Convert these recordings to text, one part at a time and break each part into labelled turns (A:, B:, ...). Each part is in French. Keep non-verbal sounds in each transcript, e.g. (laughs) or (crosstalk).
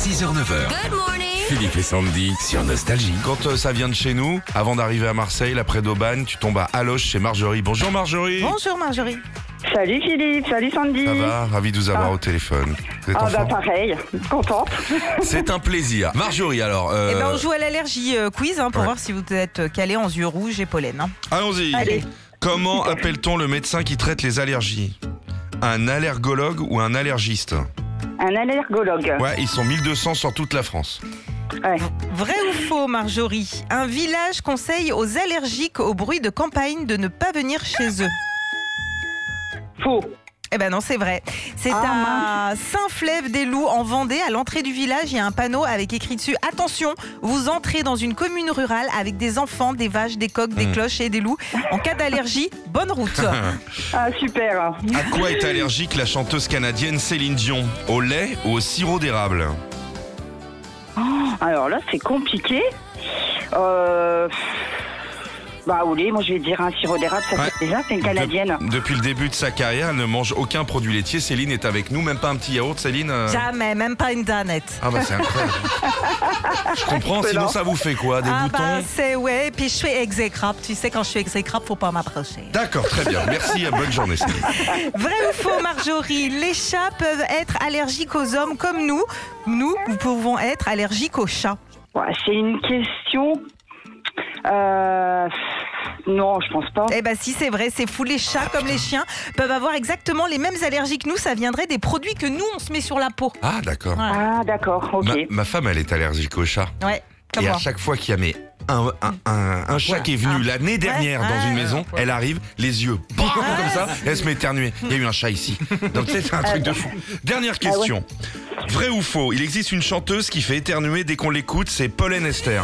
A: 6h-9h,
B: Good morning.
A: Philippe et Sandy sur Nostalgie.
C: Quand euh, ça vient de chez nous, avant d'arriver à Marseille, l'après d'Aubagne, tu tombes à Aloche chez Marjorie. Bonjour Marjorie
D: Bonjour Marjorie.
E: Salut Philippe, salut Sandy.
C: Ça va Ravi de vous
D: Ah.
C: avoir au téléphone. Vous êtes
E: Ah
C: en
E: bah
C: forme
E: pareil, contente.
C: C'est un plaisir. Marjorie, alors, euh,
D: Eh ben on joue à l'allergie euh, quiz hein, pour
C: ouais.
D: voir si vous êtes calé en yeux rouges et pollen. hein.
C: allons-y.
E: Allez.
C: Comment appelle-t-on le médecin qui traite les allergies Un allergologue ou un allergiste
E: Un allergologue.
C: Ouais, ils sont 1200 sur toute la France.
E: Ouais.
D: Vrai ou faux Marjorie Un village conseille aux allergiques au bruit de campagne de ne pas venir chez eux.
E: Faux.
D: Eh ben non, c'est vrai. C'est
E: Ah,
D: à Saint-Flève-des-Loups en Vendée. À l'entrée du village, il y a un panneau avec écrit dessus Attention, vous entrez dans une commune rurale avec des enfants, des vaches, des coqs, des
C: Hmm.
D: cloches et des loups. En cas d'allergie,
C: (laughs)
D: bonne route.
E: Ah super.
C: À quoi est allergique la chanteuse canadienne Céline Dion Au lait ou au sirop d'érable
E: Alors là c'est compliqué. Euh... Bah oulé, moi je vais dire un sirop d'érable, ça
C: Ouais.
E: fait déjà, c'est une canadienne.
C: De- depuis le début de sa carrière, elle ne mange aucun produit laitier. Céline est avec nous, même pas un petit yaourt, Céline euh,
D: Jamais, même pas une danette.
C: Ah bah c'est incroyable. je comprends, sinon
E: Excellent.
C: ça vous fait quoi Des
D: Ah
C: boutons
D: bah c'est ouais, puis je suis exécrable. Tu sais quand je suis exécrable, faut pas m'approcher.
C: D'accord, très bien. Merci, et bonne journée Céline.
D: Vrai ou faux Marjorie Les chats peuvent être allergiques aux hommes comme nous. Nous, nous pouvons être allergiques aux chats.
E: Ouais, c'est une question... Euh... Non, je pense pas.
D: Eh ben si c'est vrai, c'est fou. Les
C: Ah,
D: chats comme les chiens peuvent avoir exactement les mêmes allergies que nous. Ça viendrait des produits que nous on se met sur la peau.
C: Ah d'accord.
D: Ouais.
E: Ah d'accord, ok.
C: Ma, ma femme, elle est allergique aux chats.
D: Ouais, comme
C: et à
D: moi.
C: chaque fois qu'il y a mais un, un, un- un chat
D: Ouais,
C: qui est venu
D: un-
C: l'année dernière
D: ouais,
C: dans une
D: ouais,
C: maison, elle arrive, les yeux bam, comme ça, et elle se met éternuée. Il y a eu un chat ici. Donc tu sais, c'est un truc de fou. Dernière
D: Ah
C: question. Vrai ou faux Il existe une chanteuse qui fait éternuer dès qu'on l'écoute, c'est Pauline Esther.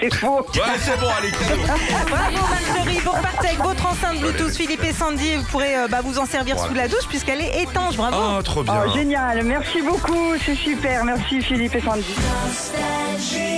E: C'est faux.
C: Ouais, c'est bon, allez, quiz.
D: Bravo Marjorie, vous repartez avec votre enceinte Bluetooth Philippe et Sandy et vous pourrez euh, bah, vous en servir
C: Voilà.
D: sous la douche puisqu'elle est étanche. Bravo.
C: Oh, trop bien.
E: Oh, génial, merci beaucoup, c'est super, merci Philippe et Sandy.
F: nostalgie.